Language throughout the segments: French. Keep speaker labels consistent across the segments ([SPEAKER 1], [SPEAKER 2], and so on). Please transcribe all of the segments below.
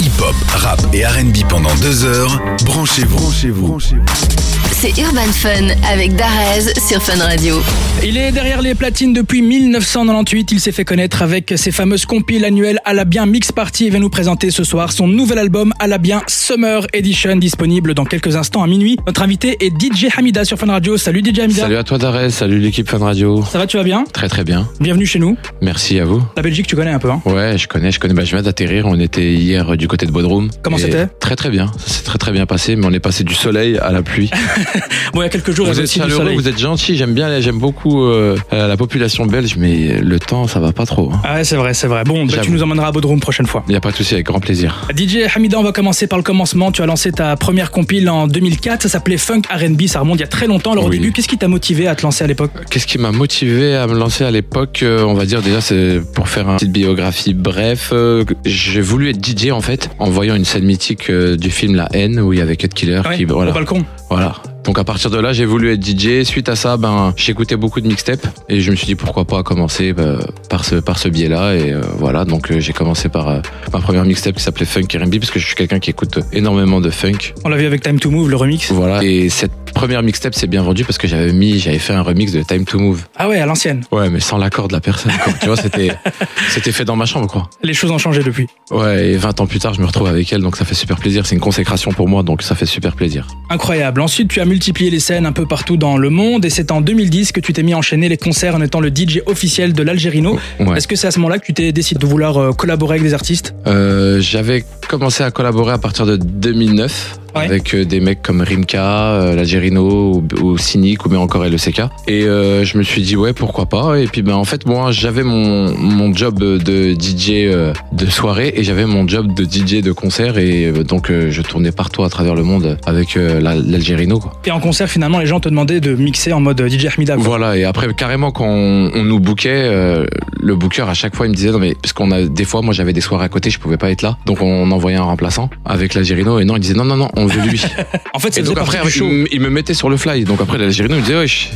[SPEAKER 1] Hip-hop, rap et RB pendant deux heures. Branchez-vous. Branchez-vous.
[SPEAKER 2] C'est Urban Fun avec Darez sur Fun Radio.
[SPEAKER 3] Il est derrière les platines depuis 1998. Il s'est fait connaître avec ses fameuses compiles annuelles à la bien Mix Party et va nous présenter ce soir son nouvel album à la bien Summer Edition disponible dans quelques instants à minuit. Notre invité est DJ Hamida sur Fun Radio. Salut DJ Hamida.
[SPEAKER 4] Salut à toi Darès, salut l'équipe Fun Radio.
[SPEAKER 3] Ça va, tu vas bien
[SPEAKER 4] Très très bien,
[SPEAKER 3] Bienvenue chez nous.
[SPEAKER 4] merci à vous.
[SPEAKER 3] La Belgique, tu connais un peu, hein
[SPEAKER 4] Ouais, je connais, je connais. Bah, je viens d'atterrir, on était hier euh, du côté de Bodrum.
[SPEAKER 3] Comment
[SPEAKER 4] Et
[SPEAKER 3] c'était
[SPEAKER 4] Très très bien, ça s'est très très bien passé, mais on est passé du soleil à la pluie.
[SPEAKER 3] Bon, il y a quelques jours, il y
[SPEAKER 4] vous
[SPEAKER 3] avait
[SPEAKER 4] êtes
[SPEAKER 3] aussi du
[SPEAKER 4] chaleureux,
[SPEAKER 3] soleil.
[SPEAKER 4] vous êtes gentil, j'aime bien, j'aime beaucoup euh, euh, la population belge, mais le temps ça va pas trop. Il
[SPEAKER 3] Ah ouais, c'est vrai, c'est vrai. Bon, bah, tu
[SPEAKER 4] J'avoue.
[SPEAKER 3] nous emmèneras à Bodrum prochaine fois.
[SPEAKER 4] n'y a pas de souci, avec grand plaisir.
[SPEAKER 3] DJ Hamida, on va commencer par le commencement. Tu as lancé ta première compile en 2004. Ça s'appelait Funk R&B. Ça remonte il y a très longtemps. Alors au
[SPEAKER 4] Oui.
[SPEAKER 3] début, qu'est-ce qui t'a motivé à te lancer à l'époque
[SPEAKER 4] Qu'est-ce qui m'a motivé à me lancer à l'époque euh, On va dire déjà, c'est pour faire une petite biographie. Bref, euh, j'ai voulu être DJ en fait, en voyant une scène mythique euh, du film La haine où il y avait Cut Killer
[SPEAKER 3] Ouais,
[SPEAKER 4] qui voilà,
[SPEAKER 3] Au balcon.
[SPEAKER 4] Voilà. Donc à partir de là, j'ai voulu être DJ. Suite à ça, ben j'écoutais beaucoup de mixtapes et je me suis dit pourquoi pas commencer ben, par ce par ce biais-là et euh, voilà. Donc euh, j'ai commencé par euh, ma première mixtape qui s'appelait Funk R&B parce que je suis quelqu'un qui écoute énormément de funk.
[SPEAKER 3] On l'a vu avec Time to Move, le remix.
[SPEAKER 4] Voilà. Et cette première mixtape s'est bien vendue parce que j'avais mis, j'avais fait un remix de Time to Move.
[SPEAKER 3] Ah ouais, à l'ancienne.
[SPEAKER 4] Ouais, mais sans l'accord de la personne. quoi. tu vois, c'était c'était fait dans ma chambre quoi.
[SPEAKER 3] Les choses ont changé depuis.
[SPEAKER 4] Ouais. Et 20 ans plus tard, je me retrouve avec elle, donc ça fait super plaisir. C'est une consécration pour moi, donc ça fait super plaisir.
[SPEAKER 3] Incroyable. Ensuite, tu as multiplié les scènes un peu partout dans le monde et c'est en 2010 que tu t'es mis à enchaîner les concerts en étant le DJ officiel de l'Algérino.
[SPEAKER 4] Oh, Ouais.
[SPEAKER 3] Est-ce que c'est à ce moment-là que tu t'es décidé de vouloir euh, collaborer avec des artistes
[SPEAKER 4] Euh, j'avais commencé à collaborer à partir de 2009
[SPEAKER 3] Ouais.
[SPEAKER 4] avec euh, des mecs comme Rimka, euh, L'Algerino ou, ou Cynic ou bien encore LECK. Et euh, je me suis dit ouais pourquoi pas. Et puis ben en fait moi j'avais mon, mon job de DJ euh, de soirée et j'avais mon job de DJ de concert et euh, donc euh, je tournais partout à travers le monde avec euh, la- l'Algerino quoi.
[SPEAKER 3] Et en concert, finalement, les gens te demandaient de mixer en mode euh, DJ Hamida. quoi.
[SPEAKER 4] Voilà, et après, carrément, quand on, on nous bookait, euh, le booker, à chaque fois, il me disait, non, mais, parce qu'on a, des fois, moi, j'avais des soirées à côté, je pouvais pas être là. Donc, on envoyait un remplaçant avec l'Algérino, et non, il disait, non, non, non, on veut lui.
[SPEAKER 3] En fait, ça faisait
[SPEAKER 4] et donc, après,
[SPEAKER 3] partie du show.
[SPEAKER 4] il, me- il me mettait sur le fly. Donc, après, l'Algérino, il me disait, wesh,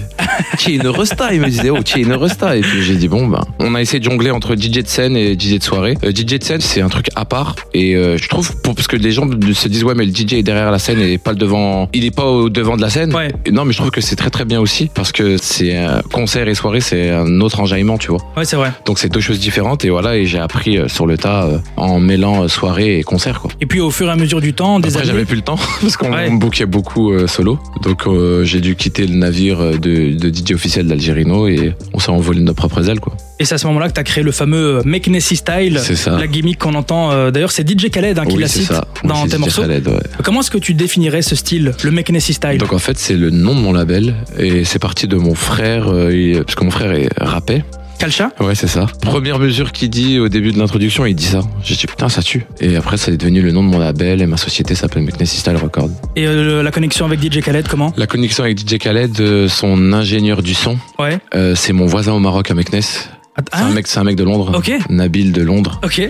[SPEAKER 4] tu es une resta. Il me disait, oh, tu es une resta. Et puis, j'ai dit, bon, ben, on a essayé de jongler entre DJ de scène et DJ de soirée. Euh, DJ de scène, c'est un truc à part. Et euh, je trouve, pour, parce que les gens se disent, ouais, mais le DJ est derrière la scène et pas le devant, il est pas au devant de la scène.
[SPEAKER 3] Ouais.
[SPEAKER 4] Et Non, mais je trouve que c'est très très bien aussi parce que c'est un concert et soirée, c'est un autre enjaillement, tu vois.
[SPEAKER 3] Ouais, c'est vrai.
[SPEAKER 4] Donc c'est deux choses différentes et voilà, et j'ai appris euh, sur le tas euh, en mêlant euh, soirée et concert quoi.
[SPEAKER 3] Et puis, au fur et à mesure du temps, des
[SPEAKER 4] Après,
[SPEAKER 3] années-
[SPEAKER 4] j'avais plus le temps parce qu'on
[SPEAKER 3] Ouais.
[SPEAKER 4] me bookait beaucoup euh, solo. Donc euh, j'ai dû quitter le navire euh, de, de DJ officiel d'Algerino et on s'est envolé de nos propres ailes quoi.
[SPEAKER 3] Et c'est à ce moment-là que tu as créé le fameux Meknesi Style,
[SPEAKER 4] C'est ça.
[SPEAKER 3] la gimmick qu'on entend. euh, D'ailleurs, c'est DJ Khaled hein, qui
[SPEAKER 4] oui,
[SPEAKER 3] la
[SPEAKER 4] c'est
[SPEAKER 3] cite
[SPEAKER 4] ça.
[SPEAKER 3] dans
[SPEAKER 4] Oui,
[SPEAKER 3] tes
[SPEAKER 4] c'est
[SPEAKER 3] morceaux. Ah,
[SPEAKER 4] Khaled, ouais.
[SPEAKER 3] Comment est-ce que tu définirais ce style, le Meknesi Style
[SPEAKER 4] Donc en fait, c'est le nom de mon label et c'est parti de mon frère euh, et- parce que mon frère est rappé.
[SPEAKER 3] Kalcha
[SPEAKER 4] Ah Ouais, c'est ça. Première mesure qu'il dit au début de l'introduction, il dit ça. J'ai dit putain, ça tue. Et après, ça est devenu le nom de mon label et ma société s'appelle McNessy Style Record.
[SPEAKER 3] Et euh, la connexion avec DJ Khaled, comment
[SPEAKER 4] La connexion avec DJ Khaled, euh, son ingénieur du son,
[SPEAKER 3] Ouais.
[SPEAKER 4] euh, c'est mon voisin au Maroc à Meknès.
[SPEAKER 3] Att-
[SPEAKER 4] C'est un
[SPEAKER 3] hein
[SPEAKER 4] mec, c'est un mec de Londres.
[SPEAKER 3] Ok.
[SPEAKER 4] Nabil de Londres,
[SPEAKER 3] Ok,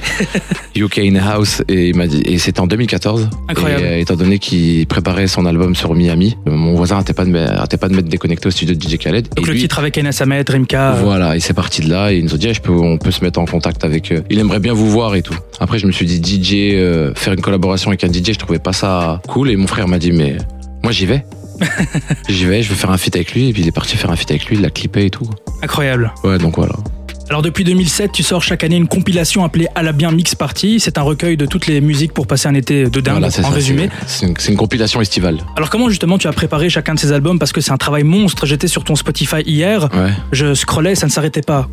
[SPEAKER 4] UK in house, et il m'a dit, et c'était en 2014.
[SPEAKER 3] Incroyable.
[SPEAKER 4] Et, euh, étant donné qu'il préparait son album sur Miami, euh, mon voisin arrêtait pas de me, arrêtait pas de me déconnecter au studio de DJ Khaled.
[SPEAKER 3] donc
[SPEAKER 4] et
[SPEAKER 3] le
[SPEAKER 4] lui,
[SPEAKER 3] titre avec Enes Ahmed, Rimka. euh,
[SPEAKER 4] Voilà, et c'est parti de là. Et ils nous ont dit, Ah, je peux, on peut se mettre en contact avec eux. Il aimerait bien vous voir et tout. Après, je me suis dit, DJ, euh, faire une collaboration avec un DJ, je trouvais pas ça cool. Et mon frère m'a dit, mais moi j'y vais. j'y vais, je vais faire un feat avec lui. Et puis il est parti faire un feat avec lui, il l'a clippé et tout.
[SPEAKER 3] Incroyable.
[SPEAKER 4] Ouais, donc voilà.
[SPEAKER 3] Alors depuis 2007, tu sors chaque année une compilation appelée À la bien Mix Party. C'est un recueil de toutes les musiques pour passer un été de dingue,
[SPEAKER 4] voilà
[SPEAKER 3] en
[SPEAKER 4] c'est ça,
[SPEAKER 3] résumé.
[SPEAKER 4] c'est- C'est une, c'est une compilation estivale.
[SPEAKER 3] Alors comment justement tu as préparé chacun de ces albums Parce que c'est un travail monstre. J'étais sur ton Spotify hier,
[SPEAKER 4] Ouais.
[SPEAKER 3] je scrollais, ça ne s'arrêtait pas.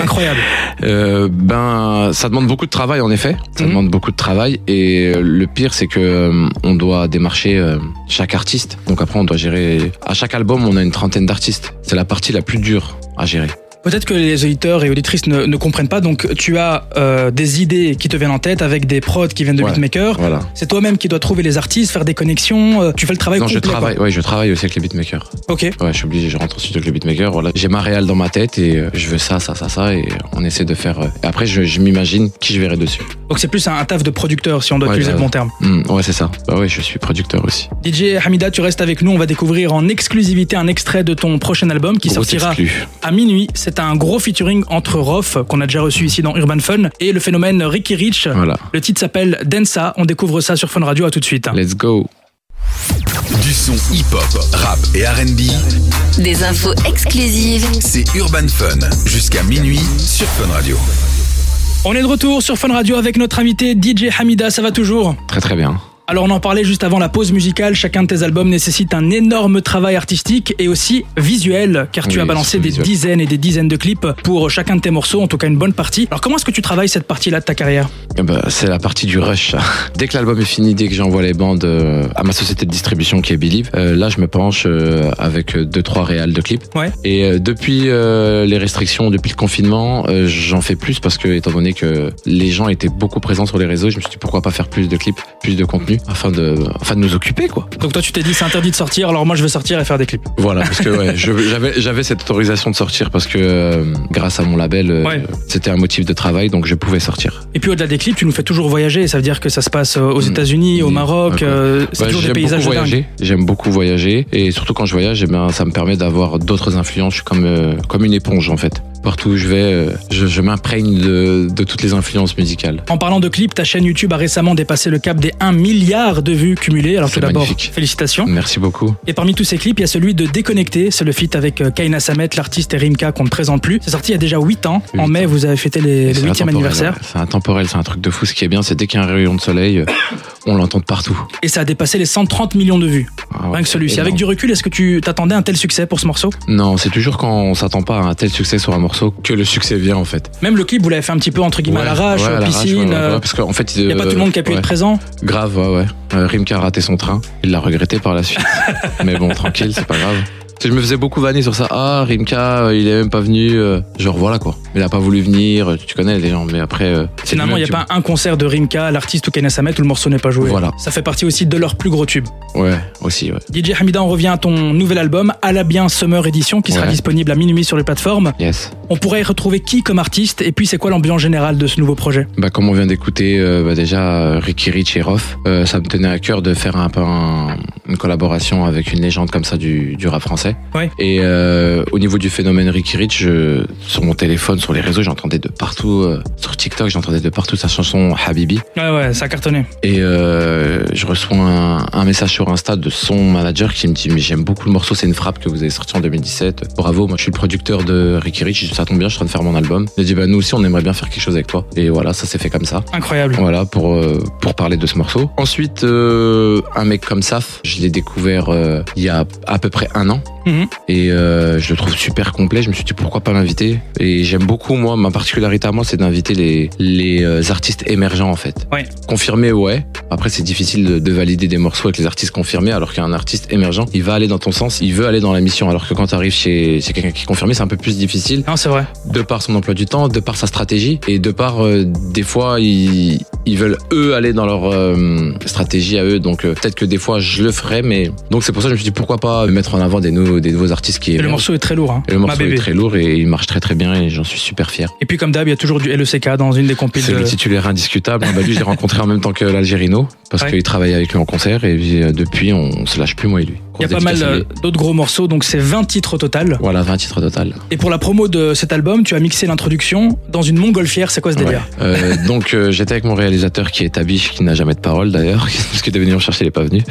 [SPEAKER 3] Incroyable.
[SPEAKER 4] Euh, ben, ça demande beaucoup de travail en effet. Ça
[SPEAKER 3] Mhm.
[SPEAKER 4] demande beaucoup de travail et euh, le pire c'est que euh, on doit démarcher euh, chaque artiste. Donc après on doit gérer. À chaque album on a une trentaine d'artistes. C'est la partie la plus dure à gérer.
[SPEAKER 3] Peut-être que les auditeurs et auditrices ne, ne comprennent pas, donc tu as euh, des idées qui te viennent en tête avec des prods qui viennent de
[SPEAKER 4] Ouais.
[SPEAKER 3] beatmakers.
[SPEAKER 4] Voilà.
[SPEAKER 3] C'est toi-même qui dois trouver les artistes, faire des connexions, euh, tu fais le travail
[SPEAKER 4] Non, je
[SPEAKER 3] complet, quoi.
[SPEAKER 4] travaille. Ouais, je travaille aussi avec les beatmakers.
[SPEAKER 3] Ok,
[SPEAKER 4] Ouais, je suis obligé. Je rentre au studio avec les beatmakers. Voilà. J'ai ma réal dans ma tête et euh, je veux ça, ça, ça, ça et on essaie de faire. euh, et après je, je m'imagine qui je verrai dessus.
[SPEAKER 3] donc c'est plus un, un taf de producteur si on doit
[SPEAKER 4] Ouais,
[SPEAKER 3] utiliser le
[SPEAKER 4] grave.
[SPEAKER 3] bon terme.
[SPEAKER 4] Hmm, ouais, c'est ça. Bah ouais, je suis producteur aussi.
[SPEAKER 3] DJ Hamida, tu restes avec nous, on va découvrir en exclusivité un extrait de ton prochain album qui
[SPEAKER 4] Grosse
[SPEAKER 3] sortira
[SPEAKER 4] exclu.
[SPEAKER 3] à minuit. C'est c'est un gros featuring entre Rof, qu'on a déjà reçu ici dans Urban Fun, et le phénomène Ricky Rich.
[SPEAKER 4] Voilà.
[SPEAKER 3] Le titre s'appelle Densa, on découvre ça sur Fun Radio, à tout de suite.
[SPEAKER 4] Let's go.
[SPEAKER 1] Du son hip-hop, rap et RB,
[SPEAKER 2] Des infos exclusives
[SPEAKER 1] c'est Urban Fun. Jusqu'à minuit sur Fun Radio.
[SPEAKER 3] On est de retour sur Fun Radio avec notre invité DJ Hamida, ça va toujours
[SPEAKER 4] Très très bien.
[SPEAKER 3] Alors on en parlait juste avant la pause musicale, chacun de tes albums nécessite un énorme travail artistique et aussi visuel, car tu
[SPEAKER 4] Oui,
[SPEAKER 3] as balancé
[SPEAKER 4] c'est
[SPEAKER 3] des
[SPEAKER 4] visuel.
[SPEAKER 3] dizaines et des dizaines de clips pour chacun de tes morceaux, en tout cas une bonne partie. Alors comment est-ce que tu travailles cette partie-là de ta carrière
[SPEAKER 4] Eh ben, c'est la partie du rush. ça. Dès que l'album est fini, dès que j'envoie les bandes euh, à ma société de distribution qui est Believe, euh, là je me penche euh, avec euh, deux trois réals de clips.
[SPEAKER 3] Ouais.
[SPEAKER 4] Et euh, depuis euh, les restrictions, depuis le confinement, euh, j'en fais plus parce que étant donné que les gens étaient beaucoup présents sur les réseaux, je me suis dit pourquoi pas faire plus de clips, plus de contenu afin de afin de nous occuper quoi.
[SPEAKER 3] Donc toi tu t'es dit c'est interdit de sortir, alors moi je vais sortir et faire des clips.
[SPEAKER 4] Voilà, parce que ouais, je- j'avais j'avais cette autorisation de sortir parce que euh, grâce à mon label, euh,
[SPEAKER 3] Ouais.
[SPEAKER 4] c'était un motif de travail donc je pouvais sortir.
[SPEAKER 3] Et puis au-delà des clips, tu nous fais toujours voyager, ça veut dire que ça se passe euh, aux
[SPEAKER 4] Mm.
[SPEAKER 3] États-Unis, au
[SPEAKER 4] Mm.
[SPEAKER 3] Maroc,
[SPEAKER 4] Ok.
[SPEAKER 3] euh, c'est
[SPEAKER 4] Bah,
[SPEAKER 3] toujours des
[SPEAKER 4] j'aime
[SPEAKER 3] paysages
[SPEAKER 4] beaucoup
[SPEAKER 3] de dingue.
[SPEAKER 4] voyager. J'aime beaucoup voyager et surtout quand je voyage, eh ben, ça me permet d'avoir d'autres influences. Je suis comme euh, comme une éponge en fait. Partout où je vais, euh, je, je m'imprègne de, de toutes les influences musicales.
[SPEAKER 3] En parlant de clips, ta chaîne YouTube a récemment dépassé le cap des 1 milliard de vues cumulées. Alors tout
[SPEAKER 4] C'est
[SPEAKER 3] d'abord,
[SPEAKER 4] magnifique.
[SPEAKER 3] félicitations.
[SPEAKER 4] Merci beaucoup.
[SPEAKER 3] Et parmi tous ces clips, il y a celui de Déconnecté, c'est le feat avec euh, Kaina Samet, l'artiste et Rimka qu'on ne présente plus. C'est sorti il y a déjà 8 ans.
[SPEAKER 4] Huit
[SPEAKER 3] en mai,
[SPEAKER 4] ans.
[SPEAKER 3] vous avez fêté les-
[SPEAKER 4] Et
[SPEAKER 3] le
[SPEAKER 4] c'est
[SPEAKER 3] 8e
[SPEAKER 4] intemporel,
[SPEAKER 3] anniversaire.
[SPEAKER 4] ouais. C'est intemporel, c'est un truc de fou. Ce qui est bien, c'est dès qu'il y a un rayon de soleil, euh, on l'entend de partout.
[SPEAKER 3] Et ça a dépassé les 130 millions de vues.
[SPEAKER 4] Ah ouais,
[SPEAKER 3] Rien que celui-ci.
[SPEAKER 4] énorme.
[SPEAKER 3] Avec du recul, est-ce que tu t'attendais à un tel succès pour ce morceau
[SPEAKER 4] Non, c'est toujours quand on s'attend pas à un tel succès sur un morceau que le succès vient en fait.
[SPEAKER 3] Même le clip, vous l'avez fait un petit peu entre guillemets à
[SPEAKER 4] Ouais,
[SPEAKER 3] l'arrache,
[SPEAKER 4] ouais, à
[SPEAKER 3] euh,
[SPEAKER 4] l'arrache, ouais,
[SPEAKER 3] piscine.
[SPEAKER 4] ouais,
[SPEAKER 3] euh,
[SPEAKER 4] ouais, parce qu'en fait, euh,
[SPEAKER 3] Il n'y a pas tout le monde qui a pu être présent.
[SPEAKER 4] Grave, ouais, ouais. Euh, Rimka a raté son train. Il l'a regretté par la suite. Mais bon, tranquille, c'est pas grave. Parce que Je me faisais beaucoup vanner sur ça. Ah, Rimka, euh, il est même pas venu. euh, genre, voilà quoi. Il a pas voulu venir. euh, Tu connais les gens, mais après. euh, c'est
[SPEAKER 3] Finalement, il
[SPEAKER 4] lui-même
[SPEAKER 3] n'y a
[SPEAKER 4] qui-
[SPEAKER 3] pas un concert de Rimka, l'artiste ou Kaina Samet où le morceau n'est pas joué.
[SPEAKER 4] Voilà.
[SPEAKER 3] Ça fait partie aussi de leur plus gros tube.
[SPEAKER 4] Ouais, aussi, ouais.
[SPEAKER 3] DJ Hamida, on revient à ton nouvel album, Alabien Summer Edition, qui sera
[SPEAKER 4] Ouais.
[SPEAKER 3] disponible à minuit sur les plateformes.
[SPEAKER 4] Yes.
[SPEAKER 3] On pourrait y retrouver qui comme artiste Et puis, c'est quoi l'ambiance générale de ce nouveau projet
[SPEAKER 4] Bah, comme on vient d'écouter euh, bah, déjà euh, Ricky Rich et Rof, euh, ça me tenait à cœur de faire un peu un- une collaboration avec une légende comme ça du, du rap français.
[SPEAKER 3] Ouais.
[SPEAKER 4] Et euh, au niveau du phénomène Ricky Rich, je- sur mon téléphone, sur les réseaux, j'entendais de partout, euh, sur TikTok, j'entendais de partout sa chanson Habibi.
[SPEAKER 3] Ouais, Ah ouais, ça a cartonné.
[SPEAKER 4] Et euh, je reçois un, un message sur Insta de son manager qui me dit mais j'aime beaucoup le morceau, c'est une frappe que vous avez sorti en 2017. Bravo, moi je suis le producteur de Ricky Rich, Je dis, ça tombe bien, je suis en train de faire mon album. Il a dit bah nous aussi on aimerait bien faire quelque chose avec toi. Et voilà, ça s'est fait comme ça.
[SPEAKER 3] Incroyable.
[SPEAKER 4] Voilà pour euh, pour parler de ce morceau. Ensuite, euh, un mec comme Saf, je l'ai découvert euh, il y a à peu près un an
[SPEAKER 3] Mhm.
[SPEAKER 4] et euh, je le trouve super complet. Je me suis dit pourquoi pas l'inviter. Et j'aime beaucoup moi, ma particularité à moi, c'est d'inviter les les euh, artistes émergents en fait.
[SPEAKER 3] Ouais.
[SPEAKER 4] Confirmé, ouais. Après, c'est difficile de, de valider des morceaux avec les artistes confirmés, alors qu'un artiste émergent, il va aller dans ton sens, il veut aller dans la mission, alors que quand t'arrives chez chez quelqu'un qui est confirmé, c'est un peu plus difficile
[SPEAKER 3] Non, c'est vrai.
[SPEAKER 4] de par son emploi du temps, de par sa stratégie et de par euh, des fois ils, ils veulent eux aller dans leur euh, stratégie à eux. Donc euh, peut-être que des fois je le ferai, mais donc c'est pour ça que je me suis dit pourquoi pas mettre en avant des nouveaux, des nouveaux artistes qui
[SPEAKER 3] Et le
[SPEAKER 4] émergent.
[SPEAKER 3] morceau est très lourd. hein.
[SPEAKER 4] Et le
[SPEAKER 3] Ma
[SPEAKER 4] morceau
[SPEAKER 3] bébé.
[SPEAKER 4] est très lourd et il marche très très bien et j'en suis super fier.
[SPEAKER 3] Et puis, comme d'hab, il y a toujours du LECK dans une des compiles.
[SPEAKER 4] C'est
[SPEAKER 3] de-
[SPEAKER 4] le titulaire indiscutable. Bah, lui, je l'ai rencontré en même temps que l'Algérino parce
[SPEAKER 3] Ouais.
[SPEAKER 4] qu'il travaillait avec lui en concert et puis, euh, depuis on se lâche plus moi et lui.
[SPEAKER 3] Il y a
[SPEAKER 4] Grosse
[SPEAKER 3] pas mal
[SPEAKER 4] dédicace à lui.
[SPEAKER 3] euh, d'autres gros morceaux, donc c'est 20 titres au total.
[SPEAKER 4] Voilà 20 titres total.
[SPEAKER 3] Et pour la promo de cet album, tu as mixé l'introduction dans une montgolfière. C'est quoi ce délire
[SPEAKER 4] Ouais. Euh, donc euh, j'étais avec mon réalisateur qui est Tabiche, qui n'a jamais de parole d'ailleurs, parce qu'il est venu en chercher, il n'est pas venu.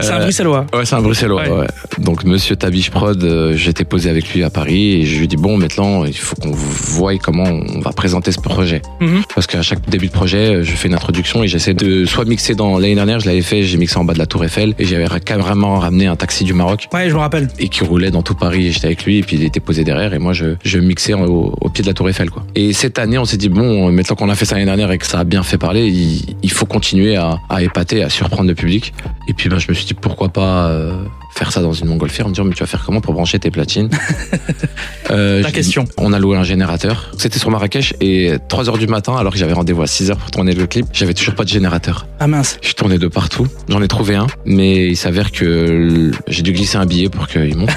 [SPEAKER 3] C'est un
[SPEAKER 4] Euh,
[SPEAKER 3] bruxellois.
[SPEAKER 4] Ouais, c'est un bruxellois.
[SPEAKER 3] Ouais.
[SPEAKER 4] ouais. Donc Monsieur Tabiche Prod, euh, j'étais posé avec lui à Paris et je lui dis bon, maintenant il faut qu'on voie comment on va présenter ce projet.
[SPEAKER 3] Mhm.
[SPEAKER 4] Parce qu'à chaque début de projet, euh, je fais une introduction et j'essaie de soit mixer dans l'année dernière, je l'avais fait, j'ai mixé en bas de la Tour Eiffel et j'avais ra- carrément ramené un taxi du Maroc
[SPEAKER 3] Ouais, je me rappelle.
[SPEAKER 4] et qui roulait dans tout Paris. et J'étais avec lui et puis il était posé derrière et moi je, je mixais en- au, au pied de la Tour Eiffel quoi. Et cette année on s'est dit bon maintenant qu'on a fait ça l'année dernière et que ça a bien fait parler, il, il faut continuer à, à épater, à surprendre le public. Et puis ben je me suis dit pourquoi pas euh, faire ça dans une montgolfière en me disant mais tu vas faire comment pour brancher tes platines Euh,
[SPEAKER 3] La
[SPEAKER 4] je-
[SPEAKER 3] question.
[SPEAKER 4] on a loué un générateur. C'était sur Marrakech et 3 heures du matin alors que j'avais rendez-vous à 6 heures pour tourner le clip, j'avais toujours pas de générateur.
[SPEAKER 3] Ah mince.
[SPEAKER 4] Je tournais de partout. J'en ai trouvé un, mais il s'avère que le- j'ai dû glisser un billet pour qu'il monte.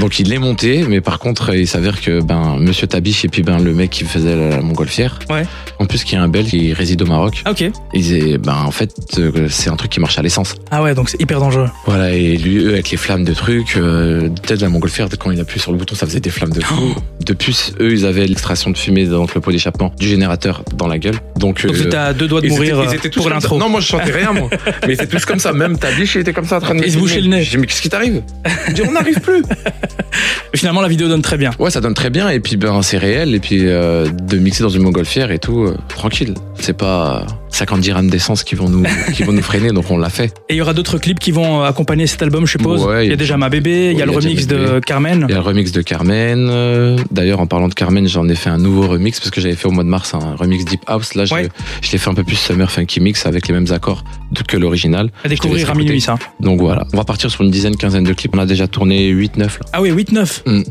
[SPEAKER 4] Donc il est monté, mais par contre, il s'avère que ben Monsieur Tabiche et puis ben le mec qui faisait la, la montgolfière.
[SPEAKER 3] Ouais.
[SPEAKER 4] En plus, qui est un Belge qui réside au Maroc.
[SPEAKER 3] Ah, ok.
[SPEAKER 4] Ils est, ben en fait, euh, c'est un truc qui marche à l'essence.
[SPEAKER 3] Ah ouais, donc c'est hyper dangereux.
[SPEAKER 4] Voilà, et Et lui, eux, avec les flammes de trucs, euh, peut-être la montgolfière, quand il appuie sur le bouton, ça faisait des flammes de fou. De plus, eux, ils avaient l'extraction de fumée, donc le pot d'échappement du générateur dans la gueule. Donc,
[SPEAKER 3] Donc
[SPEAKER 4] euh,
[SPEAKER 3] t'es à deux doigts de
[SPEAKER 4] ils
[SPEAKER 3] mourir
[SPEAKER 4] étaient- ils
[SPEAKER 3] euh,
[SPEAKER 4] étaient tous
[SPEAKER 3] pour
[SPEAKER 4] comme
[SPEAKER 3] l'intro.
[SPEAKER 4] ça. Non, moi je chantais rien, moi. Mais c'est tous comme ça. Même ta biche, il était comme ça en train de
[SPEAKER 3] Il se
[SPEAKER 4] filmer.
[SPEAKER 3] bouchait le nez.
[SPEAKER 4] J'ai dit, mais qu'est-ce qui t'arrive Il dit, on n'arrive plus.
[SPEAKER 3] Finalement, la vidéo donne très bien.
[SPEAKER 4] Ouais, ça donne très bien. Et puis, ben, c'est réel. Et puis, euh, de mixer dans une montgolfière et tout, euh, tranquille. C'est pas 50 dirhams d'essence qui vont nous, qui vont nous freiner. Donc, on l'a fait.
[SPEAKER 3] Et il y aura d'autres clips qui vont euh, accompagner cet album, je suppose.
[SPEAKER 4] Ouais,
[SPEAKER 3] il y
[SPEAKER 4] y
[SPEAKER 3] a
[SPEAKER 4] a-
[SPEAKER 3] déjà Ma Bébé, il y a le
[SPEAKER 4] Ouais, il y a
[SPEAKER 3] remix
[SPEAKER 4] déjà Ma
[SPEAKER 3] de
[SPEAKER 4] Bébé.
[SPEAKER 3] Carmen.
[SPEAKER 4] Il y a le remix de Carmen. Euh, D'ailleurs, en parlant de Carmen, j'en ai fait un nouveau remix parce que j'avais fait au mois de mars un remix Deep House. Là, je,
[SPEAKER 3] Ouais.
[SPEAKER 4] je l'ai fait un peu plus Summer Funky Mix avec les mêmes accords que l'original.
[SPEAKER 3] À découvrir à
[SPEAKER 4] laisse
[SPEAKER 3] minuit, ça.
[SPEAKER 4] Donc voilà, on va partir sur une dizaine, quinzaine de clips. On a déjà tourné 8, 9 là.
[SPEAKER 3] Ah oui, 8-9.
[SPEAKER 4] Mm.
[SPEAKER 3] Bah,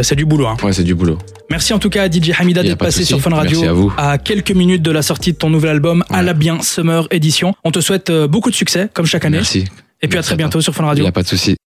[SPEAKER 3] C'est du boulot. hein.
[SPEAKER 4] Ouais, c'est du boulot.
[SPEAKER 3] Merci en tout cas à DJ Hamida
[SPEAKER 4] Il y a
[SPEAKER 3] d'être
[SPEAKER 4] pas de
[SPEAKER 3] passé
[SPEAKER 4] souci.
[SPEAKER 3] sur Fun Radio
[SPEAKER 4] Merci à vous.
[SPEAKER 3] quelques minutes de la sortie de ton nouvel album à
[SPEAKER 4] Ouais.
[SPEAKER 3] la bien Summer Edition. On te souhaite euh, beaucoup de succès comme chaque année
[SPEAKER 4] Merci.
[SPEAKER 3] et puis à
[SPEAKER 4] Merci
[SPEAKER 3] très
[SPEAKER 4] à toi.
[SPEAKER 3] bientôt sur Fun
[SPEAKER 4] Il
[SPEAKER 3] Radio.
[SPEAKER 4] n'y a pas de souci.